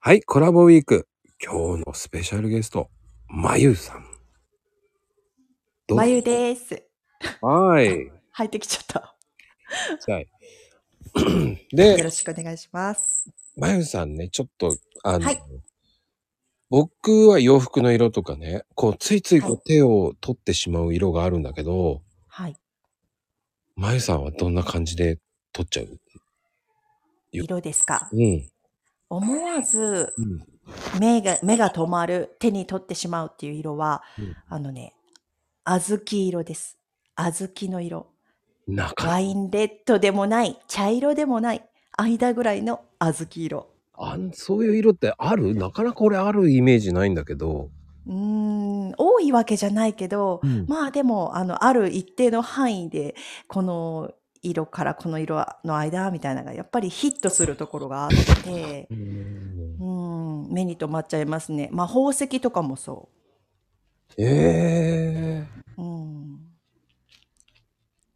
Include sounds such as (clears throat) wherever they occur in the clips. はい、コラボウィーク。今日のスペシャルゲスト、まゆさん。どうまゆです。はーい。入ってきちゃった。じゃあ (clears throat) よで、ろしくお願いします。まゆさんね、ちょっと、あの、はい僕は洋服の色とかね、こう、ついついこはう手を取ってしまう色があるんだけど、はい。まゆさんはどんな感じで取っちゃうよ色ですか。うん。思わずうん。目が、目が止まる、手に取ってしまうっていう色は、あのね、小豆色です。小豆の色。なかワインレッドでもない、茶色でもない、間ぐらいの小豆色。あんそういう色ってあるなかなか俺あるイメージないんだけど。うーん、多いわけじゃないけど、まあでも、あの、ある一定の範囲で、この色からこの色の間みたいなのが、やっぱりヒットするところがあってう、んうん、目に留まっちゃいますね。まあ、宝石とかもそええう。うん。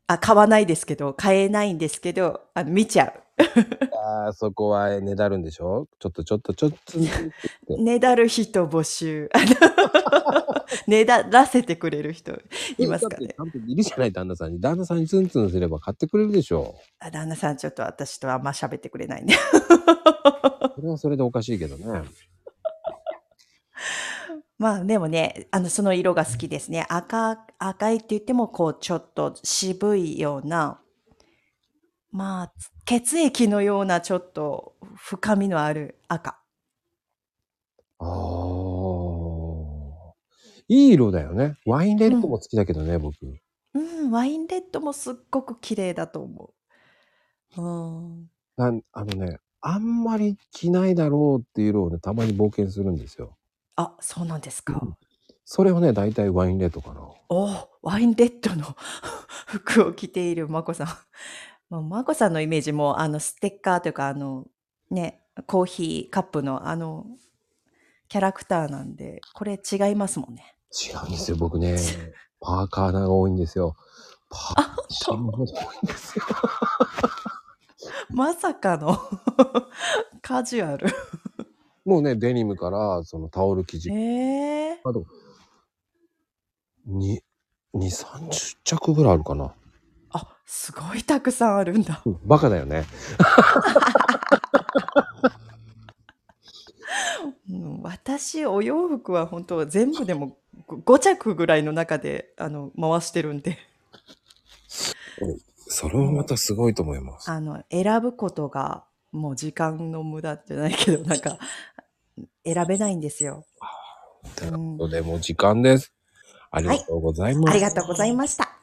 あ、買わないですけど、買えないんですけど、あ見ちゃあーそこはねだるんでしょちょっとちょっとちょっと。う。ねだる人募集。あの (laughs) ねだらせてくれる人いますかねち。ゃんといるじゃない旦那さんに。旦那さんにツンツンすれば買ってくれるでしょあ旦那さん、ちょっと私とあんま喋ってくれないね。 (laughs) それはそれでおかしいけどね。まあでもね、あの、その色が好きですね。赤、赤いって言っても、こう、ちょっと渋いような、まあ、血液のような、ちょっと深みのある赤。ああ。いい色だよね。ワインレッドも好きだけどね、僕。うん、ワインレッドもすっごく綺麗だと思う。うん。なんあのね、あんまり着ないだろうっていう色をね、たまに冒険するんですよ。あ、そうなんですか。それをね、大体ワインレッドかな。おお、ワインレッドの (laughs) 服を着ているまこさん。 (laughs) まあ、まこさんのイメージも、あの、ステッカーというか、あの、ね、コーヒーカップの、あの、キャラクターなんで、これ違いますもんね。 (laughs) 違うんですよ、僕ね。パーカーなが多いんですよ。パー (laughs) あ、カーが多いんですよ。まさかの (laughs) カジ (laughs) ュアル。もうね、デニムから、そのタオル生地、ええあと、に、二三十着ぐらいあるかな。あ、すごいたくさんあるんだ。バカだよね。うん、私お洋服は本当全部でも5着ぐらいの中であの回してるんでそれもまたすごいと思います。 (laughs) あの選ぶことがもう時間の無駄じゃないけどなんか選べないんですよ、うんとでもう時間です。ありがとうございます。ありがとうございました